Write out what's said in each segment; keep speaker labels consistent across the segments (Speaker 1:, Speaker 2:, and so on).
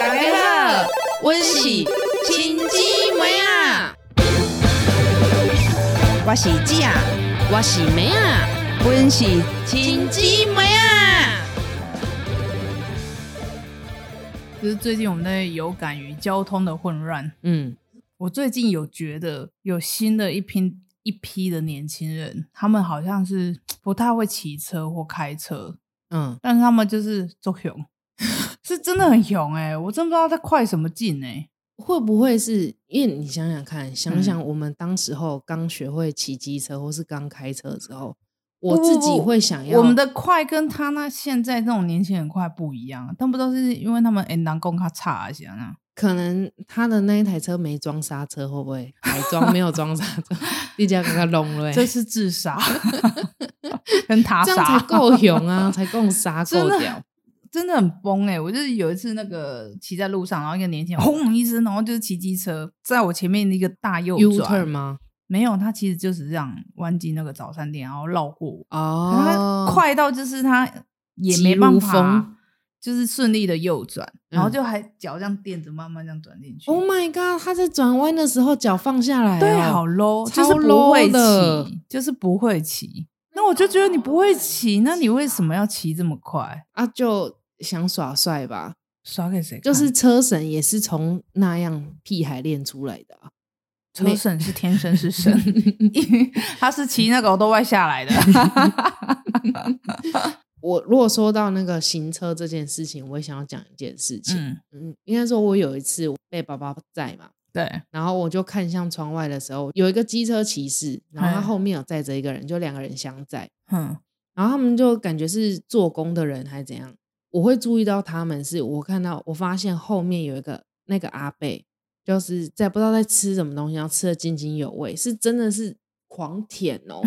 Speaker 1: 大家好，我是亲姊妹啊，
Speaker 2: 我是姐啊，
Speaker 1: 我是妹啊，
Speaker 2: 阮是
Speaker 1: 亲姊妹啊。
Speaker 3: 就是最近我们在有感于交通的混乱，
Speaker 1: 嗯，
Speaker 3: 我最近有觉得有新的一批一批的年轻人，他们好像是不太会骑车或开车，
Speaker 1: 嗯，
Speaker 3: 但是他们就是做熊， 是真的很熊哎、我真不知道在快什么劲哎、
Speaker 1: 会不会是因为你想想看，想想我们当时候刚学会骑机车或是刚开车之后，我自己会想要
Speaker 3: 我们的快跟他那现在这种年轻人快不一样，但不知道是因为他们哎南宫他差一些呢，
Speaker 1: 可能他的那一台车没装刹车，会不会改装没有装刹车， 你家给他弄了欸，
Speaker 3: 这是自杀 跟他
Speaker 1: 这样
Speaker 3: 杀
Speaker 1: 才够勇 啊，才够杀
Speaker 3: 真
Speaker 1: 够
Speaker 3: 的
Speaker 1: 屌。
Speaker 3: 真的很崩哎、我就是有一次那个骑在路上，然后一个年轻人轰一声，然后就是骑机车在我前面的一个大右
Speaker 1: U turn
Speaker 3: 转，
Speaker 1: 吗？
Speaker 3: 没有，他其实就只是这样弯进那个早餐店，然后绕过我，可是
Speaker 1: 哦
Speaker 3: 他，快到就是他也
Speaker 1: 急
Speaker 3: 没办
Speaker 1: 如风嗯
Speaker 3: 法，就是顺利的右转，然后就还脚这样垫着，慢慢这样转进去。
Speaker 1: Oh my god！他在转弯的时候脚放下来、哦，
Speaker 3: 对，好 low，就是
Speaker 1: 超
Speaker 3: 不会
Speaker 1: low 的
Speaker 3: 骑，就是不会骑。那我就觉得你不会骑，那你为什么要骑这么快？
Speaker 1: 啊，就想耍帅吧。
Speaker 3: 耍给谁看？啊
Speaker 1: 就是车神也是从那样屁孩练出来的、啊，
Speaker 3: 车神是天生是 神，他是骑那个欧都外下来的。
Speaker 1: 我如果说到那个行车这件事情，我也想要讲一件事情。
Speaker 3: 嗯，
Speaker 1: 嗯应该说，我有一次我被爸爸载嘛，
Speaker 3: 对，
Speaker 1: 然后我就看向窗外的时候，有一个机车骑士，然后他
Speaker 3: 嗯
Speaker 1: 后面有载着一个人，就两个人相载。
Speaker 3: 嗯
Speaker 1: 然后他们就感觉是做工的人还是怎样，我会注意到他们是我看到我发现后面有一个那个阿贝，就是在不知道在吃什么东西，然后吃的津津有味，是真的是狂舔 哦，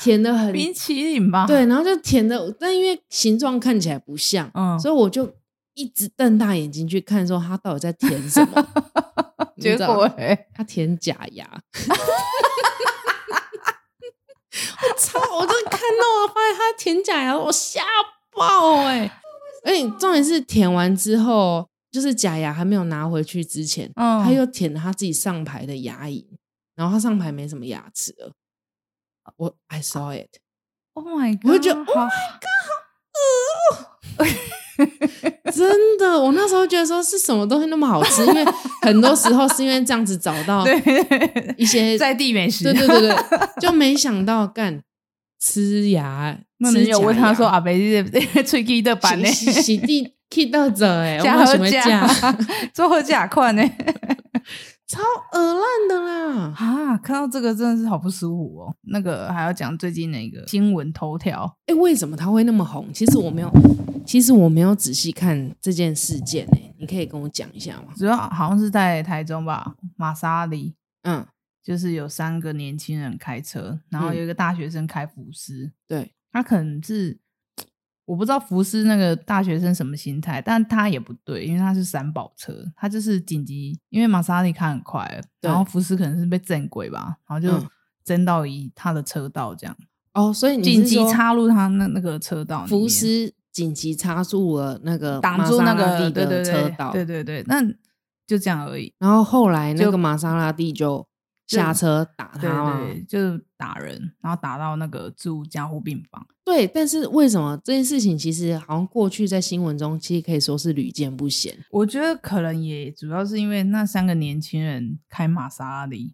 Speaker 1: 舔的很
Speaker 3: 冰淇淋吧？，
Speaker 1: 对，然后就舔的，但因为形状看起来不像，
Speaker 3: 嗯，。
Speaker 1: 所以我就一直瞪大眼睛去看，说他到底在舔什么 你
Speaker 3: 结
Speaker 1: 知道
Speaker 3: 果哎，
Speaker 1: 他舔假牙。 我操！我就看到我发现他舔假牙，我吓爆哎、而且重点是舔完之后，就是假牙还没有拿回去之前，
Speaker 3: 嗯，
Speaker 1: 他又舔了他自己上排的牙龈，然后他上排没什么牙齿了。我 I saw it，
Speaker 3: ，Oh my God，
Speaker 1: 我就觉得，Oh
Speaker 3: 好
Speaker 1: 真的，我那时候觉得说是什么东西那么好吃，因为很多时候是因为这样子找到
Speaker 3: 对，
Speaker 1: 一些
Speaker 3: 在地美食，啊
Speaker 1: 对对对对，就没想到干吃牙，
Speaker 3: 那
Speaker 1: 吃
Speaker 3: 你有
Speaker 1: 假
Speaker 3: 问他
Speaker 1: 牙
Speaker 3: 说阿伯这个喙齿的 板呢？
Speaker 1: 洗 洗洗地剃到者哎，我
Speaker 3: 假
Speaker 1: 们什
Speaker 3: 和
Speaker 1: 么
Speaker 3: 假
Speaker 1: 假，
Speaker 3: 做和假款呢？
Speaker 1: 超恶烂的啦！
Speaker 3: 啊，看到这个真的是好不舒服哦。那个还要讲最近那个新闻头条，
Speaker 1: 哎、为什么他会那么红？其实我没有，其实我没有仔细看这件事件哎、你可以跟我讲一下吗？
Speaker 3: 主要好像是在台中吧，玛莎拉蒂。
Speaker 1: 嗯，
Speaker 3: 就是有三个年轻人开车，然后
Speaker 1: 嗯
Speaker 3: 有一个大学生开福斯，
Speaker 1: 对，
Speaker 3: 他可能是我不知道福斯那个大学生什么心态，但他也不对，因为他是三宝车，他就是紧急，因为玛莎拉蒂开很快了，
Speaker 1: 对
Speaker 3: 然后福斯可能是被正轨吧，然后就
Speaker 1: 嗯
Speaker 3: 争到一他的车道这样，
Speaker 1: 哦，所以你
Speaker 3: 紧
Speaker 1: 是
Speaker 3: 急
Speaker 1: 说
Speaker 3: 插入他那那个车道里面，
Speaker 1: 福斯紧急插入了那个
Speaker 3: 挡
Speaker 1: 玛
Speaker 3: 住
Speaker 1: 莎拉
Speaker 3: 那个
Speaker 1: 蒂
Speaker 3: 对对
Speaker 1: 的
Speaker 3: 对
Speaker 1: 车道，
Speaker 3: 对对对，那就这样而已，
Speaker 1: 然后后来那
Speaker 3: 就
Speaker 1: 个玛莎拉蒂就
Speaker 3: 就
Speaker 1: 下车打
Speaker 3: 对
Speaker 1: 他嘛，
Speaker 3: 对，就是打人，然后打到那个住加护病房。
Speaker 1: 对，但是为什么这件事情其实好像过去在新闻中其实可以说是屡见不鲜？啊
Speaker 3: 我觉得可能也主要是因为那三个年轻人开玛莎拉蒂，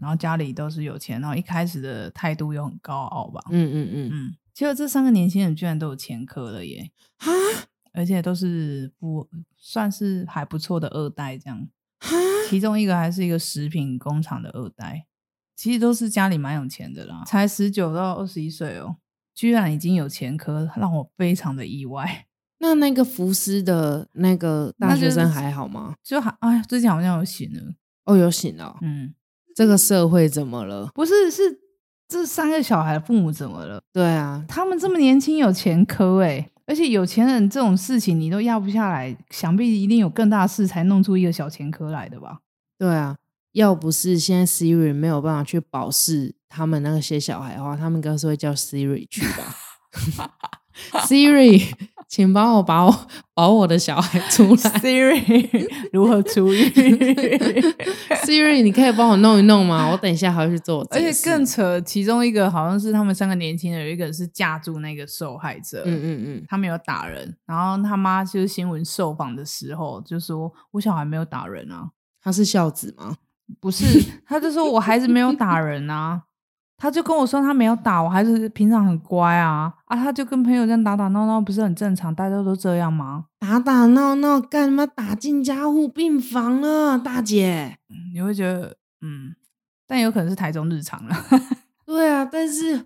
Speaker 3: 然后家里都是有钱，然后一开始的态度又很高傲吧。
Speaker 1: 嗯嗯嗯，
Speaker 3: 嗯，结果这三个年轻人居然都有前科了耶，
Speaker 1: 哈
Speaker 3: 而且都是不算是还不错的二代这样，
Speaker 1: 哈，
Speaker 3: 其中一个还是一个食品工厂的二代，其实都是家里蛮有钱的啦，才十九到二十一岁哦，居然已经有前科，让我非常的意外。
Speaker 1: 那那个福斯的那个
Speaker 3: 那
Speaker 1: 大
Speaker 3: 就
Speaker 1: 学生
Speaker 3: 是
Speaker 1: 还好吗？
Speaker 3: 就还哎，最近好像有醒了，
Speaker 1: 哦，有醒了哦、
Speaker 3: 嗯。
Speaker 1: 这个社会怎么了？
Speaker 3: 不是，是这三个小孩的父母怎么了？
Speaker 1: 对啊，
Speaker 3: 他们这么年轻有前科哎、而且有钱人这种事情你都压不下来，想必一定有更大的事才弄出一个小前科来的吧？
Speaker 1: 对啊，要不是现在 Siri 没有办法去保释他们 那些小孩的话，他们应该是会叫 Siri 去吧。Siri，请帮我把我保我的小孩出来。
Speaker 3: Siri 如何出狱？
Speaker 1: Siri，你可以帮我弄一弄吗？我等一下还会去做我自
Speaker 3: 而
Speaker 1: 己
Speaker 3: 且
Speaker 1: 的事。
Speaker 3: 更扯，其中一个好像是他们三个年轻人，有一个是架住那个受害者，
Speaker 1: 嗯嗯
Speaker 3: 他没有打人，然后他妈就是新闻受访的时候就说：“我小孩没有打人啊，
Speaker 1: 嗯，他是孝子吗？
Speaker 3: 不是。”他就说：“我孩子没有打人啊。”他就跟我说他没有打，我孩子平常很乖啊啊！他就跟朋友这样打打闹闹，不是很正常？大家都这样吗？
Speaker 1: 打打闹闹干嘛？打进加护病房了，大姐。
Speaker 3: 你会觉得嗯，但有可能是台中日常了。
Speaker 1: 对啊，但是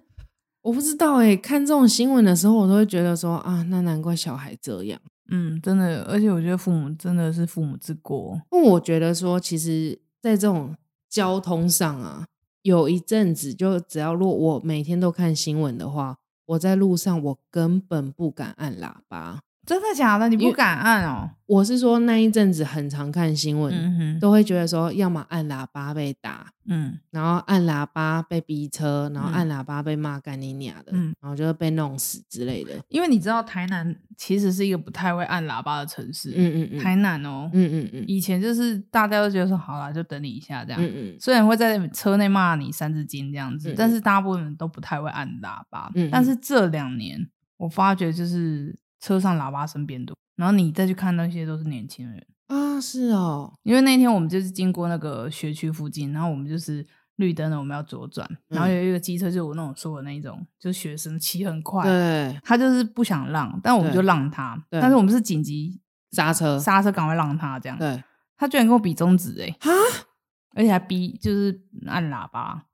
Speaker 1: 我不知道哎、看这种新闻的时候，我都会觉得说啊，那难怪小孩这样。
Speaker 3: 嗯，真的，而且我觉得父母真的是父母之过。
Speaker 1: 因为我觉得说，其实在这种交通上啊，有一阵子就只要若我每天都看新闻的话，我在路上我根本不敢按喇叭。
Speaker 3: 真的假的？你不敢按哦？
Speaker 1: 我是说那一阵子很常看新闻，
Speaker 3: 嗯哼，
Speaker 1: 都会觉得说，要么按喇叭被打，
Speaker 3: 嗯
Speaker 1: 然后按喇叭被逼车，然后
Speaker 3: 嗯
Speaker 1: 按喇叭被骂干你娘的，
Speaker 3: 嗯
Speaker 1: 然后就会被弄死之类的。
Speaker 3: 因为你知道台南其实是一个不太会按喇叭的城市。
Speaker 1: 嗯嗯嗯，
Speaker 3: 台南哦，
Speaker 1: 嗯嗯嗯
Speaker 3: 以前就是大家都觉得说好啦，就等你一下这样。
Speaker 1: 嗯嗯
Speaker 3: 虽然会在车内骂你三字经这样子，
Speaker 1: 嗯嗯
Speaker 3: 但是大部分人都不太会按喇叭。
Speaker 1: 嗯嗯
Speaker 3: 但是这两年我发觉，就是车上喇叭声变多，然后你再去看那些都是年轻人。
Speaker 1: 啊，是哦，
Speaker 3: 因为那天我们就是经过那个学区附近，然后我们就是绿灯了，我们要左转，然
Speaker 1: 嗯
Speaker 3: 后有一个机车就是我那种说的那一种，就是学生骑很快，
Speaker 1: 对，
Speaker 3: 他就是不想让，但我们
Speaker 1: 对
Speaker 3: 就让他，
Speaker 1: 对
Speaker 3: 但是我们是紧急
Speaker 1: 刹车，
Speaker 3: 刹车，赶快让他这样。
Speaker 1: 对，
Speaker 3: 他居然跟我比中指哎、
Speaker 1: 哈，
Speaker 3: 而且还逼就是按喇叭，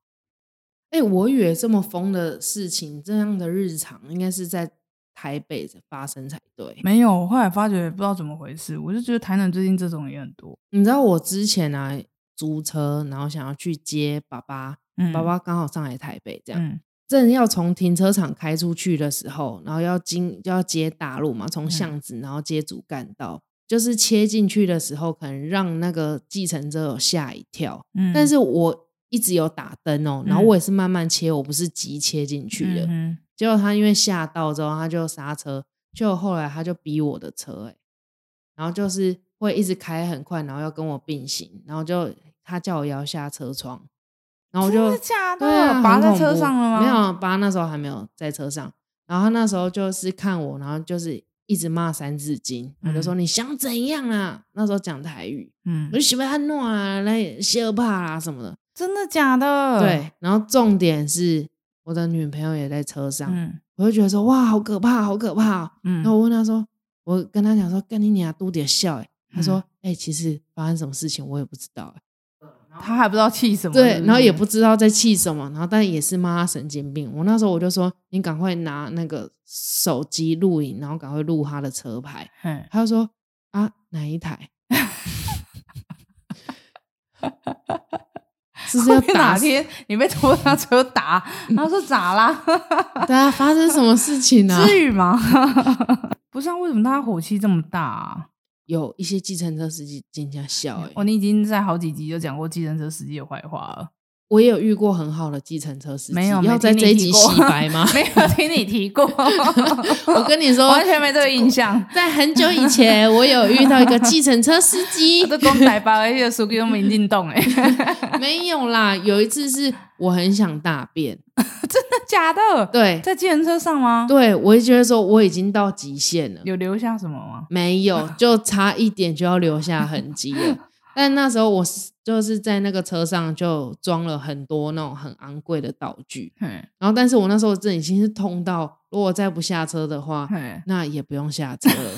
Speaker 1: 哎、我以为这么疯的事情，这样的日常应该是在台北发生才对。
Speaker 3: 没有。我后来发觉不知道怎么回事，我就觉得台南最近这种也很多。
Speaker 1: 你知道我之前啊租车，然后想要去接爸爸，
Speaker 3: 嗯，
Speaker 1: 爸，爸刚好上来台北，这样、
Speaker 3: 嗯
Speaker 1: 正要从停车场开出去的时候，然后要经就要接大路嘛，从
Speaker 3: 嗯
Speaker 1: 巷子然后接主干道，就是切进去的时候，可能让那个计程车有吓一跳，
Speaker 3: 嗯，
Speaker 1: 但是我一直有打灯哦，然后
Speaker 3: 嗯
Speaker 1: 我也是慢慢切，我不是急切进去的。
Speaker 3: 嗯
Speaker 1: 结果他因为吓到之后，他就刹车，就后来他就逼我的车、欸，然后就是会一直开很快，然后要跟我并行，然后就他叫我摇下车窗，然后我
Speaker 3: 哼，真
Speaker 1: 就
Speaker 3: 的假的？
Speaker 1: 对啊，
Speaker 3: 拔
Speaker 1: 很
Speaker 3: 在
Speaker 1: 恐
Speaker 3: 车
Speaker 1: 怖
Speaker 3: 上了吗？
Speaker 1: 没有，啊拔那时候还没有在车上。然后他那时候就是看我，然后就是一直骂《三字经》，他就说你想怎样啊？那时候讲台语，
Speaker 3: 嗯
Speaker 1: 我就，喜欢他弄啊，来谢尔帕啦什么的。
Speaker 3: 真的假的？，
Speaker 1: 对，然后重点是我的女朋友也在车上，
Speaker 3: 嗯
Speaker 1: 我就觉得说哇，好可怕，好可怕哦、
Speaker 3: 嗯
Speaker 1: 然后我问他说，我跟他讲说，跟你俩都得笑、欸，他说
Speaker 3: 嗯，
Speaker 1: 哎、其实发生什么事情我也不知道、欸，
Speaker 3: 他还不知道气什么，嗯是
Speaker 1: 对，
Speaker 3: 是
Speaker 1: 然后也不知道在气什么，然后但也是骂他神经病。我那时候我就说，你赶快拿那个手机录影，然后赶快录他的车牌。
Speaker 3: 嗯
Speaker 1: 他就说啊，哪一台？是不是
Speaker 3: 后
Speaker 1: 要
Speaker 3: 面
Speaker 1: 打
Speaker 3: 哪
Speaker 1: 死
Speaker 3: 天你被拖上车打，他说 咋啦？
Speaker 1: 对啊，发生什么事情啊呢、
Speaker 3: 至于吗？ 不是啊，为什么他火气这么大、啊？
Speaker 1: 有一些计程车司机惊吓笑、欸，
Speaker 3: 哦，你已经在好几集就讲过计程车司机的坏话了，
Speaker 1: 我也有遇过很好的计程车司机，
Speaker 3: 没有
Speaker 1: 要
Speaker 3: 没
Speaker 1: 在
Speaker 3: 听
Speaker 1: 这一
Speaker 3: 你
Speaker 1: 集
Speaker 3: 提过？
Speaker 1: 洗白吗
Speaker 3: 没有听你 提过，
Speaker 1: 我跟你说，
Speaker 3: 完全没这个印 象。
Speaker 1: 在很久以前，我有遇到一个计程车司机
Speaker 3: 我，都讲台北而且输给我们进洞哎，真的
Speaker 1: 没有啦。有一次是我很想大便，
Speaker 3: 假的？
Speaker 1: 对
Speaker 3: 在计程车上吗？
Speaker 1: 对，我就觉得说我已经到极限了，
Speaker 3: 有留下什么吗？
Speaker 1: 没有，就差一点就要留下痕迹了。 但那时候我是就是在那个车上就装了很多那种很昂贵的道具，
Speaker 3: 嗯
Speaker 1: 然后但是我那时候真的已经是痛到，如果我再不下车的话，
Speaker 3: 嗯，
Speaker 1: 那也不用下车了。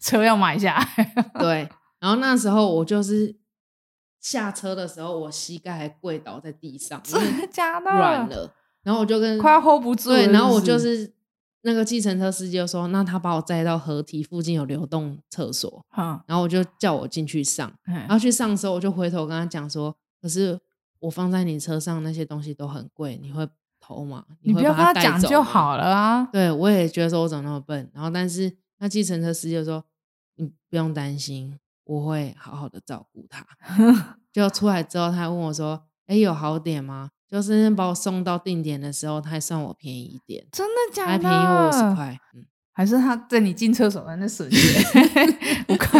Speaker 3: 车要买 下来。
Speaker 1: 对，然后那时候我就是下车的时候，我膝盖还跪倒在地上，因
Speaker 3: 真
Speaker 1: 为
Speaker 3: 的假的？
Speaker 1: 软了，然后我就跟
Speaker 3: 啊快要 hold 不住了
Speaker 1: 对，然后我就是是那个计程车司机就说，那他把我载到合体附近有流动厕所，
Speaker 3: 嗯，
Speaker 1: 然后我就叫我进去上，然
Speaker 3: 然
Speaker 1: 后去上的时候我就回头跟他讲说，可是我放在你车上那些东西都很贵，你会偷吗？
Speaker 3: 你不
Speaker 1: 会
Speaker 3: 要跟
Speaker 1: 把它
Speaker 3: 他
Speaker 1: 带
Speaker 3: 讲
Speaker 1: 走
Speaker 3: 就
Speaker 1: 吗
Speaker 3: 好了啊。
Speaker 1: 对，我也觉得说我怎么那么笨。然后，但是那计程车司机就说：“你不用担心，我会好好的照顾 他。”就出来之后，他还问我说：“哎、有好点吗？”就是把我送到定点的时候，他还算我便宜一点，
Speaker 3: 真的假
Speaker 1: 还
Speaker 3: 的？
Speaker 1: 便宜我五十块。嗯，
Speaker 3: 还是他在你进厕所的那瞬间，我靠，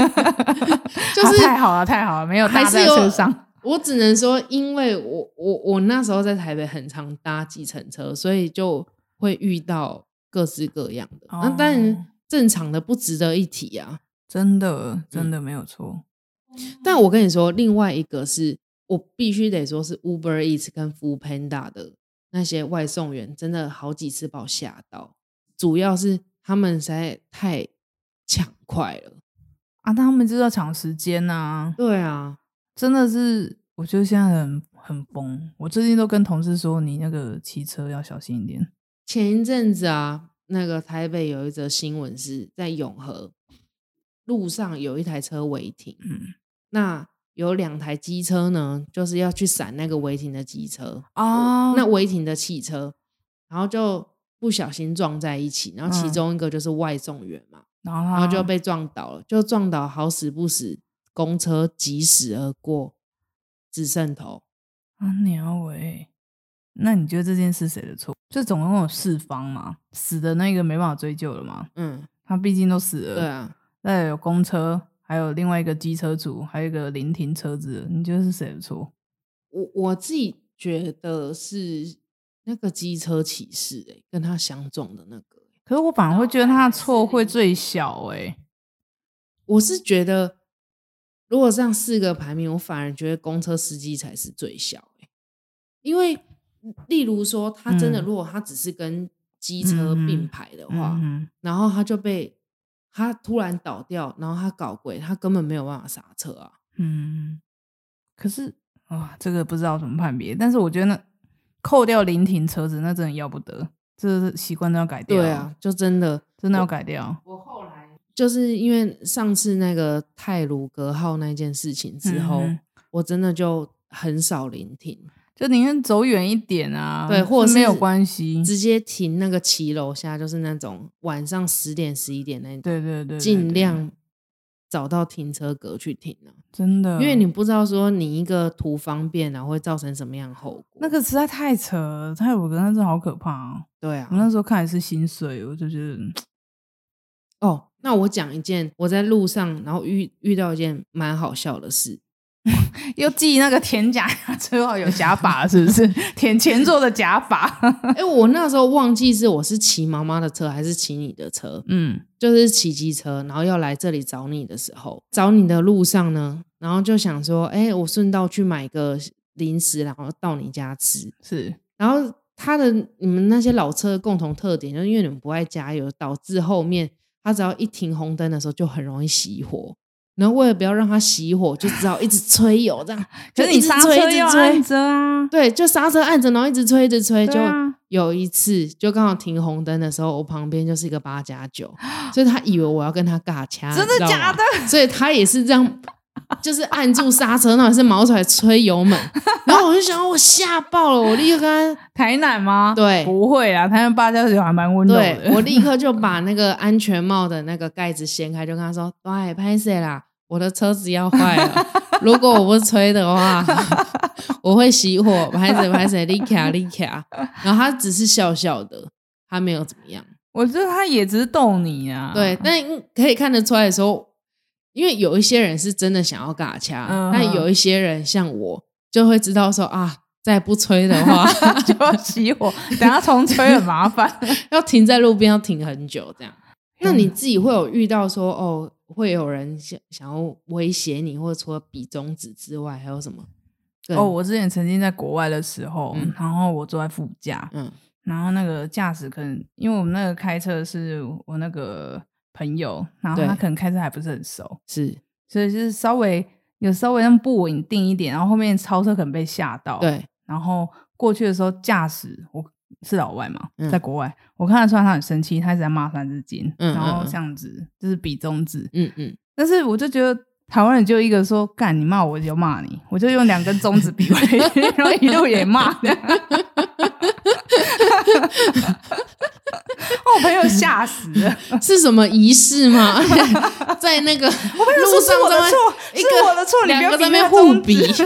Speaker 1: 就是
Speaker 3: 啊太好了，太好了，没有
Speaker 1: 还
Speaker 3: 搭
Speaker 1: 是
Speaker 3: 在
Speaker 1: 有嗯
Speaker 3: 车上，
Speaker 1: 我只能说，因为我我我那时候在台北很常搭计程车，所以就会遇到各式各样的。那、
Speaker 3: 哦
Speaker 1: 当然，正常的不值得一提啊。
Speaker 3: 真的真的没有错。
Speaker 1: 但我跟你说，另外一个是我必须得说是 Uber Eats 跟 Food Panda 的那些外送员，真的好几次把我吓到。主要是他们实在太抢快了。
Speaker 3: 啊，他们就是要抢时间呐、
Speaker 1: 对啊，
Speaker 3: 真的是，我觉得现在很很疯。我最近都跟同事说，你那个骑车要小心一点。
Speaker 1: 前一阵子啊，那个台北有一则新闻是在永和路上有一台车违停，
Speaker 3: 嗯，
Speaker 1: 那有两台机车呢，就是要去闪那个违停的机车，
Speaker 3: 哦
Speaker 1: 那违停的汽车，然后就不小心撞在一起，然后其
Speaker 3: 嗯啊
Speaker 1: 中一个就是外送员嘛，
Speaker 3: 然后
Speaker 1: 然后
Speaker 3: 他
Speaker 1: 就被撞倒了，就撞倒好死不死，公车疾驶而过，只剩头。
Speaker 3: 啊鸟尾。那你觉得这件事谁的错？这总共有四方嘛，死的那个没办法追究了嘛，
Speaker 1: 嗯，
Speaker 3: 他毕竟都死了。
Speaker 1: 对啊，
Speaker 3: 那有公车，还有另外一个机车主，还有一个临停车子，你觉得是谁的错？
Speaker 1: 我我自己觉得是那个机车骑士、欸，跟他相撞的那个、
Speaker 3: 可是我反而
Speaker 1: 哦
Speaker 3: 会觉得他的错会最小哎、
Speaker 1: 我是觉得，如果这样四个排名，我反而觉得公车司机才是最小、欸、因为例如说，他真的
Speaker 3: 嗯
Speaker 1: 如果他只是跟机车
Speaker 3: 嗯
Speaker 1: 并排的话，
Speaker 3: 嗯
Speaker 1: 然后他就被他突然倒掉，然后他搞鬼，他根本没有办法刹车啊。
Speaker 3: 哼嗯，可是啊，这个不知道怎么判别，但是我觉得那扣掉临停车子，那真的要不得，这是习惯都要改掉。
Speaker 1: 对啊，，就真的
Speaker 3: 真的要改掉。
Speaker 1: 就是因为上次那个泰鲁格号那件事情之后，
Speaker 3: 嗯
Speaker 1: 我真的就很少聆听，
Speaker 3: 就宁愿走远一点啊，
Speaker 1: 对，或者
Speaker 3: 是
Speaker 1: 是
Speaker 3: 没有关系。
Speaker 1: 直接停那个骑楼下，就是那种晚上十点十一点那种，
Speaker 3: 对对对对，
Speaker 1: 尽
Speaker 3: 对
Speaker 1: 量找到停车格去停啊，
Speaker 3: 真的，
Speaker 1: 因为你不知道说你一个图方便然后会造成什么样的后果。
Speaker 3: 那个实在太扯了，泰鲁格那真的好可怕哦。
Speaker 1: 对啊
Speaker 3: 我，那时候看也是心碎，我就觉得嗯
Speaker 1: 哦，那我讲一件我在路上然后遇遇到一件蛮好笑的事，
Speaker 3: 又系那个田 甲，最后有假发是不是？ 田前座的假发，
Speaker 1: 哎、我那时候忘记是我是骑妈妈的车还是骑你的车，
Speaker 3: 嗯，
Speaker 1: 就是骑机车，然后要来这里找你的时候，找你的路上呢，然后就想说，哎、我顺道去买个零食，然后到你家吃。
Speaker 3: 是
Speaker 1: 然后他的你们那些老车的共同特点，就是因为你们不爱加油，导致后面他只要一停红灯的时候就很容易熄火。然后为了不要让它熄火，就只好一直 吹油，这样就
Speaker 3: 可
Speaker 1: 是一
Speaker 3: 你
Speaker 1: 直
Speaker 3: 刹
Speaker 1: 吹，
Speaker 3: 车
Speaker 1: 一
Speaker 3: 要
Speaker 1: 直
Speaker 3: 按
Speaker 1: 吹，
Speaker 3: 着啊，
Speaker 1: 对，就刹车按着，然后一直吹，一直吹，就
Speaker 3: 对啊
Speaker 1: 有一次就刚好停红灯的时候，我旁边就是一个八加九，所以他以为我要跟他尬掐，
Speaker 3: 真的
Speaker 1: 你知道吗
Speaker 3: 假的？
Speaker 1: 所以他也是这样，就是按住刹车，然后也是毛出来吹油门，然后我就想我吓爆了，我立刻跟他，
Speaker 3: 台南吗？
Speaker 1: 对
Speaker 3: 不会啦，台南八加九还蛮温柔
Speaker 1: 对
Speaker 3: 的。
Speaker 1: 我立刻就把那个安全帽的那个盖子掀开，就跟他说：“对，拍谁啦？我的车子要坏了，如果我不吹的话， 我会熄火。拍谁拍谁，立卡立卡。”然后他只是笑笑的，他没有怎么样。
Speaker 3: 我觉得他也只是逗你啊，
Speaker 1: 对，但可以看得出来的时候，因为有一些人是真的想要尬掐，
Speaker 3: 嗯，
Speaker 1: 但有一些人像我就会知道说啊，再不吹的话
Speaker 3: 就要熄火，等下重吹很麻烦。
Speaker 1: 要停在路边要停很久这样。 那
Speaker 3: 嗯
Speaker 1: 你自己会有遇到说哦，会有人想想要威胁你，或者除了比中指之外，还有什么？
Speaker 3: 哦，我之前曾经在国外的时候，
Speaker 1: 嗯
Speaker 3: 然后我坐在副驾，
Speaker 1: 嗯
Speaker 3: 然后那个驾驶可能因为我们那个开车是我那个朋友，然后他
Speaker 1: 对
Speaker 3: 可能开车还不是很熟，
Speaker 1: 是
Speaker 3: 所以就是稍微有稍微那么不稳定一点，然后后面超车可能被吓到，，
Speaker 1: 对
Speaker 3: 然后过去的时候驾驶我。是老外嘛，
Speaker 1: 嗯
Speaker 3: 在国外，我看得出来他很生气，他一直在骂三字经，
Speaker 1: 嗯
Speaker 3: 然后
Speaker 1: 嗯嗯
Speaker 3: 这样子就是比中指，
Speaker 1: 嗯嗯，
Speaker 3: 但是我就觉得台湾人就一个说干你骂我我就骂你，我就用两根中指比划，然后一路也骂。哦，哦我朋友吓死了，
Speaker 1: 是什么仪式吗？ 在那个
Speaker 3: 我朋友说
Speaker 1: 路
Speaker 3: 是
Speaker 1: 上
Speaker 3: 我的
Speaker 1: 这么
Speaker 3: 错，
Speaker 1: 一
Speaker 3: 是
Speaker 1: 个
Speaker 3: 我的错，你不
Speaker 1: 两
Speaker 3: 要
Speaker 1: 个
Speaker 3: 比
Speaker 1: 在那
Speaker 3: 那
Speaker 1: 边
Speaker 3: 个
Speaker 1: 互
Speaker 3: 中
Speaker 1: 比
Speaker 3: 指。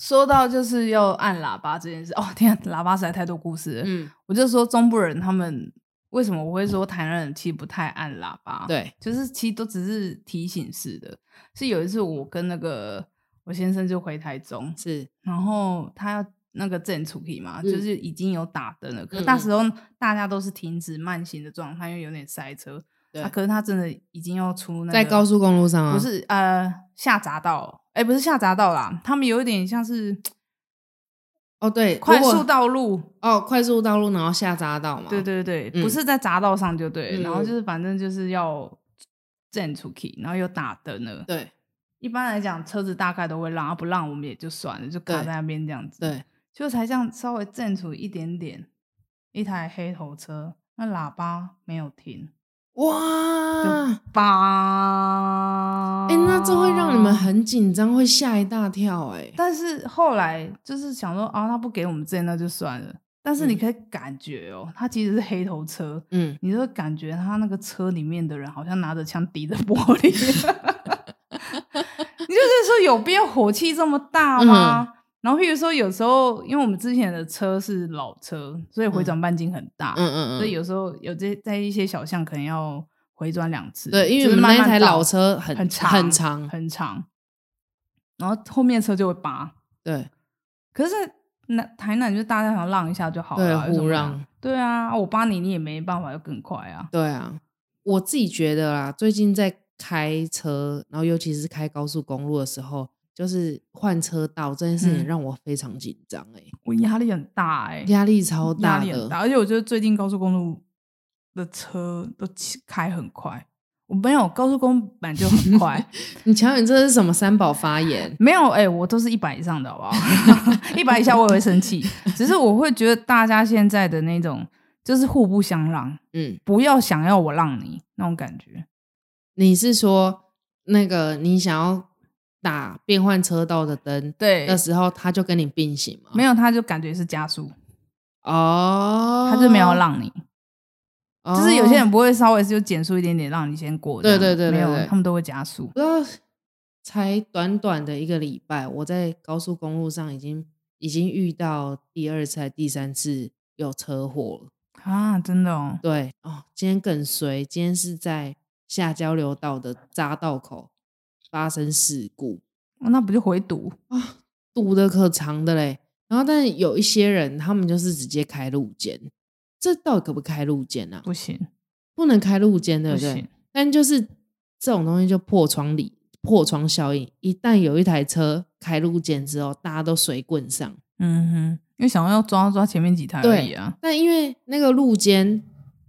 Speaker 3: 说到就是要按喇叭这件事，哦天啊、喇叭实在太多故事了。
Speaker 1: 嗯
Speaker 3: 我就说中部人他们，为什么我会说台南人其实不太按喇叭？，
Speaker 1: 对，
Speaker 3: 就是其实都只是提醒式的。是有一次我跟那个我先生就回台中，
Speaker 1: 是
Speaker 3: 然后他要那个正出去嘛，
Speaker 1: 嗯
Speaker 3: 就是已经有打灯了，可
Speaker 1: 嗯
Speaker 3: 那时候大家都是停止慢行的状态，因为有点塞车。
Speaker 1: 对
Speaker 3: 啊可是他真的已经要出那个
Speaker 1: 在高速公路上啊，
Speaker 3: 不是呃下匝道，哎、不是下匝道啦，他们有一点像是
Speaker 1: 哦，对，
Speaker 3: 快
Speaker 1: 如果
Speaker 3: 速道路，
Speaker 1: 哦，快速道路，然后下匝道嘛，
Speaker 3: 对对对，
Speaker 1: 嗯
Speaker 3: 不是在匝道上就对，
Speaker 1: 嗯
Speaker 3: 然后就是反正就是要正出去，然后又打灯了。
Speaker 1: 对
Speaker 3: 一般来讲，车子大概都会让，啊不让我们也就算了，就卡
Speaker 1: 对
Speaker 3: 在那边这样子。
Speaker 1: 对，
Speaker 3: 就才这样稍微正处一点点，一台黑头车，那喇叭没有停，
Speaker 1: 哇，
Speaker 3: 叭，
Speaker 1: 哎、那这会让你们很紧张，会吓一大跳、哎，
Speaker 3: 啊但是后来就是想说啊，他不给我们证那就算了。但是你可以感觉哦，他其实是黑头车，
Speaker 1: 嗯，
Speaker 3: 你就会感觉他那个车里面的人好像拿着枪抵着玻璃，你 就是说有必要火气这么大吗？
Speaker 1: 嗯
Speaker 3: 然后譬如说有时候，因为我们之前的车是老车，所以回转半径很大，
Speaker 1: 嗯嗯
Speaker 3: 所以
Speaker 1: 嗯，
Speaker 3: 有时候有这在一些小巷可能要回转两次，
Speaker 1: 对，因为
Speaker 3: 就
Speaker 1: 我
Speaker 3: 是
Speaker 1: 们那
Speaker 3: 慢
Speaker 1: 一
Speaker 3: 慢
Speaker 1: 台
Speaker 3: 倒
Speaker 1: 老车很
Speaker 3: 很长
Speaker 1: 很长，
Speaker 3: 很长，然后后面车就会拔。
Speaker 1: 对
Speaker 3: 可是南台南就大家想让一下就好了啊，
Speaker 1: 对
Speaker 3: 有什么
Speaker 1: 互
Speaker 3: 难
Speaker 1: 让。
Speaker 3: 对啊，我扒你你也没办法，要更快啊。
Speaker 1: 对啊，我自己觉得啦，最近在开车，然后尤其是开高速公路的时候，就是换车道这件事情
Speaker 3: 嗯
Speaker 1: 让我非常紧张、哎、
Speaker 3: 我压力很大哎、
Speaker 1: 压力超
Speaker 3: 压
Speaker 1: 大
Speaker 3: 力很
Speaker 1: 的，
Speaker 3: 大，而且我觉得最近高速公路的车都骑开很快。我没有高速公路本来就很 快，
Speaker 1: 你瞧你这是什么三宝发言？
Speaker 3: 没有哎、我都是一百以上的，好不好？ 一百以下我也会生气，只是我会觉得大家现在的那种就是互不相让，
Speaker 1: 嗯，
Speaker 3: 不要想要我让你那种感觉。
Speaker 1: 你是说那个你想要打变换车道的灯
Speaker 3: 对
Speaker 1: 的时候，他就跟你并行吗？
Speaker 3: 没有他就感觉是加速，
Speaker 1: 哦，
Speaker 3: 他就没有让你。
Speaker 1: 哦，
Speaker 3: 就是有些人不会稍微就减速一点点，让你先过这样。
Speaker 1: 对对对对
Speaker 3: 没
Speaker 1: 对
Speaker 3: 有，他们都会加速。
Speaker 1: 不知道，才短短的一个礼拜，我在高速公路上已经已经遇到第二次、第三次有车祸了。
Speaker 3: 啊，真的哦，
Speaker 1: 对哦，今天更衰，今天是在下交流道的匝道口发生事故，
Speaker 3: 哦那不就回堵？
Speaker 1: 堵的可长的嘞。然后，但有一些人他们就是直接开路肩，这到底可不可以开路肩啊？
Speaker 3: 不行，
Speaker 1: 不能开路肩，对
Speaker 3: 不
Speaker 1: 不对
Speaker 3: 行？，
Speaker 1: 但就是这种东西就破窗理破窗效应，一旦有一台车开路肩之后，大家都水棍上。
Speaker 3: 嗯哼，因为想要抓抓前面几台而已啊。
Speaker 1: 但因为那个路肩，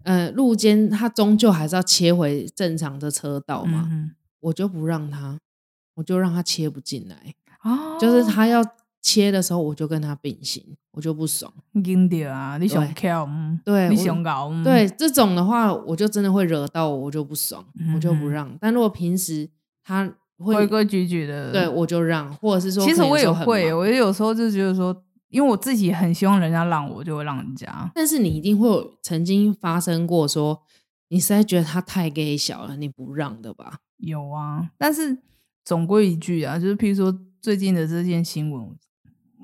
Speaker 1: 呃，路肩它终究还是要切回正常的车道嘛，
Speaker 3: 嗯
Speaker 1: 我就不让他，我就让他切不进来，
Speaker 3: 哼，啊，
Speaker 1: 就是他要切的时候，我就跟他并行，我就不爽。
Speaker 3: 硬点啊，你想
Speaker 1: 对
Speaker 3: 跳，嗯
Speaker 1: 对
Speaker 3: 你
Speaker 1: 我
Speaker 3: 想搞，嗯，
Speaker 1: 对这种的话，我就真的会惹到我，我就不爽，我就
Speaker 3: 嗯
Speaker 1: 不
Speaker 3: 哼
Speaker 1: 让。但如果平时他会
Speaker 3: 规规矩矩的。
Speaker 1: 对，我就让，或者是说，
Speaker 3: 其实我也
Speaker 1: 也
Speaker 3: 会，哦我有时候就觉得说，因为我自己很希望人家让我，就会让人家。
Speaker 1: 但是你一定会有曾经发生过说，你实在觉得他太 gay 小了，你不让的吧？
Speaker 3: 有啊，但是总归一句啊，就是譬如说最近的这件新闻，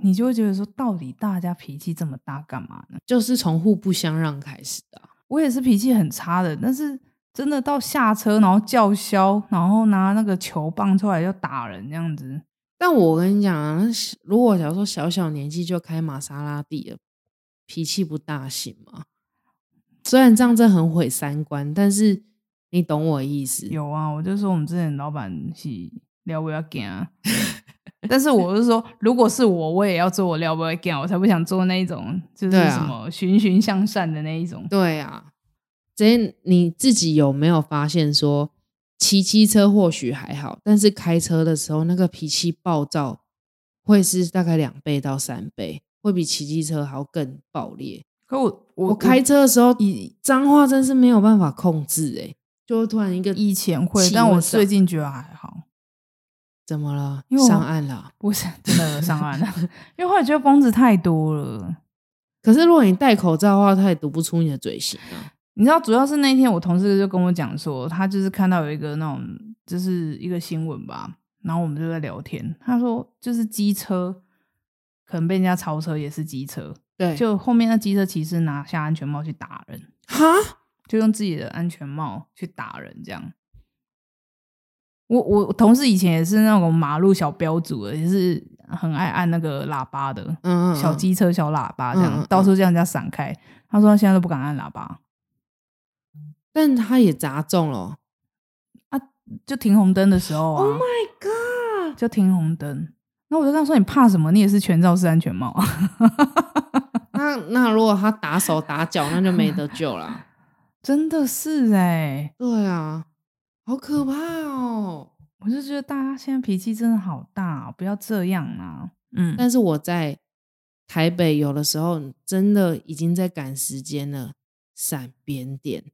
Speaker 3: 你就会觉得说，到底大家脾气这么大干嘛呢？
Speaker 1: 就是从互不相让开始的啊、
Speaker 3: 我也是脾气很差的，但是真的到下车然后叫嚣，然后拿那个球棒出来要打人这样子，
Speaker 1: 但我跟你讲啊，那小如果假如说小小年纪就开玛莎拉蒂了，脾气不大行吗？虽然这样真的很毁三观，但是你懂我意思。
Speaker 3: 有啊，我就说我们之前老板是撩不要干啊。 但是我是说，如果是我，我也要做我撩不要干，我才不想做那一种就是
Speaker 1: 对啊
Speaker 3: 什么循循向善的那一种。
Speaker 1: 对啊，这你自己有没有发现说，骑机车或许还好，但是开车的时候那个脾气暴躁，会是大概两倍到三倍，会比骑机车还要更暴烈。
Speaker 3: 可我我
Speaker 1: 我开车的时候，脏话真是没有办法控制、欸，就会突然一个
Speaker 3: 以前会，
Speaker 1: 气
Speaker 3: 但
Speaker 1: 会上
Speaker 3: 我最近觉得还好，
Speaker 1: 怎么了
Speaker 3: 因为，我
Speaker 1: 上岸了。
Speaker 3: 不是真的上岸了， 因为后来觉得疯子太多了。
Speaker 1: 可是如果你戴口罩的话，他也读不出你的嘴型啊。
Speaker 3: 你知道，主要是那一天我同事就跟我讲说，他就是看到有一个那种，就是一个新闻吧，然后我们就在聊天。他说，就是机车可能被人家超车，也是机车，
Speaker 1: 对，
Speaker 3: 就后面那机车骑士拿下安全帽去打人。
Speaker 1: 哈，
Speaker 3: 就用自己的安全帽去打人这样。我我同事以前也是那种马路小标组的，也是很爱按那个喇叭的，
Speaker 1: 嗯嗯，
Speaker 3: 小
Speaker 1: 嗯
Speaker 3: 机车、小喇叭这样，
Speaker 1: 嗯嗯嗯
Speaker 3: 到处叫人家闪开。他说他现在都不敢按喇叭，
Speaker 1: 但他也砸中了。
Speaker 3: 就停红灯的时候啊
Speaker 1: Oh my god！
Speaker 3: 就停红灯。那我就跟他说：“你怕什么？你也是全罩式安全帽啊。
Speaker 1: 那那如果他打手打脚，那就没得救了。”
Speaker 3: 真的是哎、
Speaker 1: 对啊，好可怕哦！
Speaker 3: 我就觉得大家现在脾气真的好大、哦不要这样啊。嗯，
Speaker 1: 但是我在台北有的时候真的已经在赶时间了，闪边点。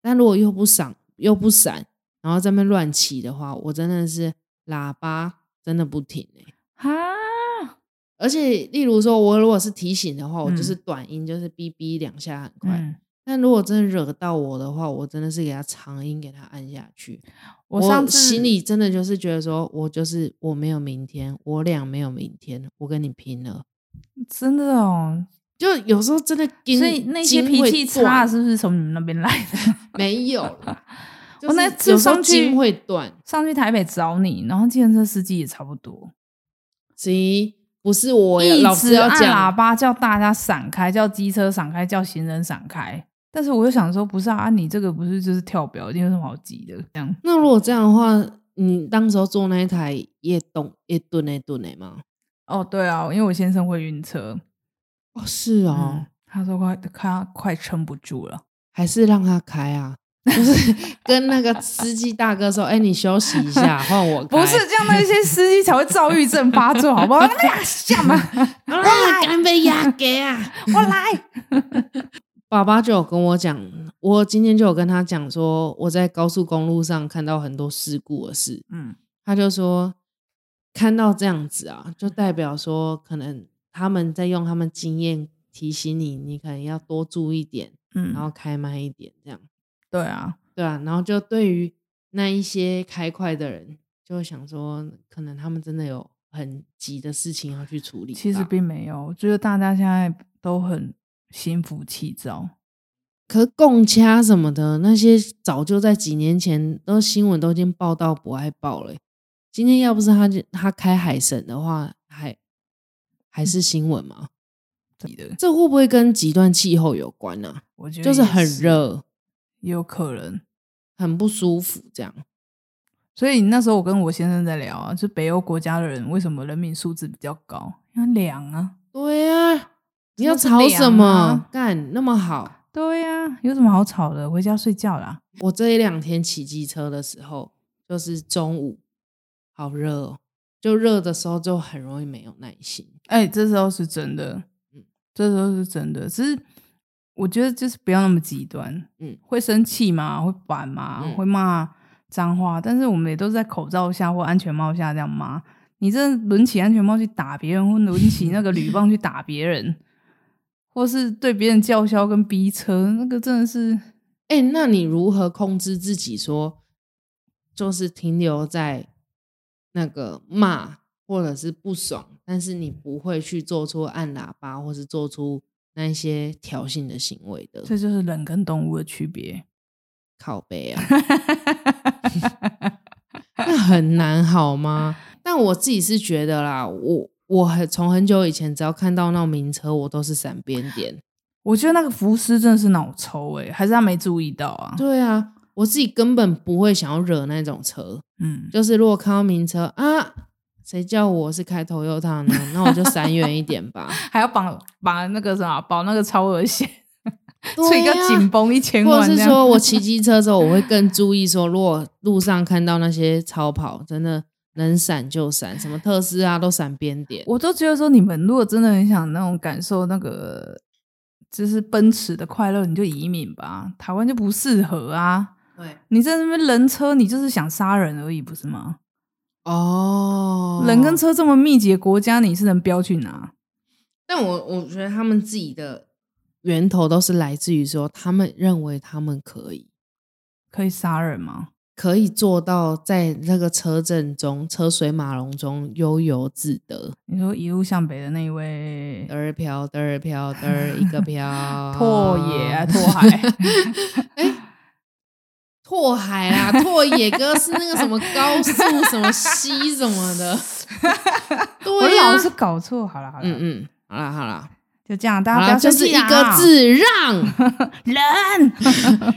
Speaker 1: 但如果又不闪又不闪，然后在那边乱骑的话，我真的是喇叭真的不停哎、
Speaker 3: 哈，
Speaker 1: 而且，例如说，我如果是提醒的话，我就
Speaker 3: 嗯
Speaker 1: 是短音，就是哔哔两下很快。
Speaker 3: 嗯，
Speaker 1: 但如果真的惹到我的话，我真的是给他长音，给他按下去。
Speaker 3: 我上次
Speaker 1: 心里真的就是觉得说，我就是我没有明天，我俩没有明天，我跟你拼了。
Speaker 3: 真的哦，
Speaker 1: 就有时候真的筋，
Speaker 3: 所以那些
Speaker 1: 筋
Speaker 3: 脾
Speaker 1: 会
Speaker 3: 气
Speaker 1: 断
Speaker 3: 差是不是从你们那边来的？。
Speaker 1: 没有 啦就
Speaker 3: 我那
Speaker 1: 是
Speaker 3: 次
Speaker 1: 有时候
Speaker 3: 上去
Speaker 1: 筋会断，
Speaker 3: 上去台北找你，然后计程车司机也差不多，
Speaker 1: 行，不是我要
Speaker 3: 一
Speaker 1: 老师
Speaker 3: 直
Speaker 1: 要
Speaker 3: 按喇
Speaker 1: 讲，
Speaker 3: 叭叫大家闪开，叫机车闪开，叫行人闪开。但是我又想说，不是啊，啊你这个不是就是跳表，你有什么好急的？这样
Speaker 1: 那如果这样的话，你当时候坐那一台也懂也蹲哎蹲哎吗？
Speaker 3: 哦，对啊，因为我先生会晕车，
Speaker 1: 哦，是哦，
Speaker 3: 嗯，他说快他快撑不住了。
Speaker 1: 还是让他开 啊，就是跟那个司机大哥说：“哎、你休息一下，换我开。”
Speaker 3: 不是，这样，那些司机才会躁郁症发作，好不好？你们俩干 嘛？
Speaker 1: 啊，干杯呀，给啊！
Speaker 3: 我来。
Speaker 1: 爸爸就有跟我讲，我今天就有跟他讲说，我在高速公路上看到很多事故的事，
Speaker 3: 嗯，
Speaker 1: 他就说看到这样子啊，就代表说可能他们在用他们经验提醒你，你可能要多注意点，
Speaker 3: 嗯
Speaker 1: 然后开慢一点，这样
Speaker 3: 对啊，
Speaker 1: 对啊，然后就对于那一些开快的人，就会想说，可能他们真的有很急的事情要去处理吧，
Speaker 3: 其实并没有，我觉得大家现在都很心浮气躁。
Speaker 1: 可是共掐什么的，那些早就在几年前都新闻都已经报道不爱报了欸、今天要不是他就他开海神的话，还还是新闻吗？
Speaker 3: 你的，
Speaker 1: 这会不会跟极端气候有关呢、
Speaker 3: 我觉得
Speaker 1: 就是
Speaker 3: 也
Speaker 1: 很，热，
Speaker 3: 也有可能。
Speaker 1: 很不舒服这样。
Speaker 3: 所以那时候我跟我先生在聊啊，就北欧国家的人为什么人民素质比较高？因为凉啊，
Speaker 1: 对啊，你要
Speaker 3: 真的是
Speaker 1: 吵什么？
Speaker 3: 凉啊
Speaker 1: 干那么好？
Speaker 3: 对呀、啊，有什么好吵的？回家睡觉啦。
Speaker 1: 我这一两天骑机车的时候，就是中午好热哦，就热的时候就很容易没有耐心。
Speaker 3: 哎、这时候是真的，
Speaker 1: 嗯
Speaker 3: 这时候是真的。只是我觉得就是不要那么极端，
Speaker 1: 嗯
Speaker 3: 会生气嘛，会板嘛，
Speaker 1: 嗯
Speaker 3: 会骂脏话，但是我们也都是在口罩下或安全帽下这样骂。你这抡起安全帽去打别人，或抡起那个铝棒去打别人，或是对别人叫嚣跟逼车，那个真的是
Speaker 1: 哎、那你如何控制自己说，就是停留在那个骂或者是不爽，但是你不会去做出按喇叭或是做出那一些挑衅的行为的
Speaker 3: 这就是人跟动物的区别。
Speaker 1: 靠背啊？ 那很难好吗？但我自己是觉得啦，我我很从很久以前，只要看到那种名车，我都是闪边点。
Speaker 3: 我觉得那个福师真的是脑抽哎、还是他没注意到啊？
Speaker 1: 对啊，我自己根本不会想要惹那种车。
Speaker 3: 嗯，
Speaker 1: 就是如果看到名车啊，谁叫我是开头右趟呢？那我就闪远一点 吧。
Speaker 3: 还要绑绑那个什么，绑那个超额险，所
Speaker 1: 对
Speaker 3: 以要
Speaker 1: 呀
Speaker 3: 紧绷一千
Speaker 1: 或
Speaker 3: 万
Speaker 1: 者
Speaker 3: 这
Speaker 1: 是
Speaker 3: 样。
Speaker 1: 说我骑机车的时候，我会更注意说，如果路上看到那些超跑，真的能闪就闪，什么特斯拉都闪边点。
Speaker 3: 我都觉得说，你们如果真的很想那种感受那个就是奔驰的快乐，你就移民吧，台湾就不适合啊。
Speaker 1: 对，
Speaker 3: 你在那边人车，你就是想杀人而已，不是吗？
Speaker 1: 哦，
Speaker 3: 人跟，车这么密集的国家，你是能飙去哪？
Speaker 1: 但我我觉得他们自己的源头都是来自于说，他们认为他们可以。
Speaker 3: 可以杀人吗？
Speaker 1: 可以做到在那个车阵中、车水马龙中悠游自得，
Speaker 3: 你说一路向北的那一位
Speaker 1: 嘚儿 飘嘚儿飘嘚儿一个飘，啊
Speaker 3: 啊 拓野啊，拓海，
Speaker 1: 哎、拓海啦，拓野哥是那个什么高速什么西什么 的，
Speaker 3: 我
Speaker 1: 对呀、
Speaker 3: 老是搞错，好了好了，
Speaker 1: 嗯嗯，好啦好啦，
Speaker 3: 就这样，
Speaker 1: 好
Speaker 3: 大
Speaker 1: 啦，
Speaker 3: 家不要生
Speaker 1: 就是
Speaker 3: 气
Speaker 1: 一
Speaker 3: 啊
Speaker 1: 个字让
Speaker 3: 人。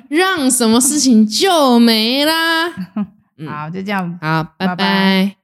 Speaker 1: 让什么事情就没啦。嗯
Speaker 3: 嗯好，就这样，
Speaker 1: 好，拜
Speaker 3: 拜拜
Speaker 1: 拜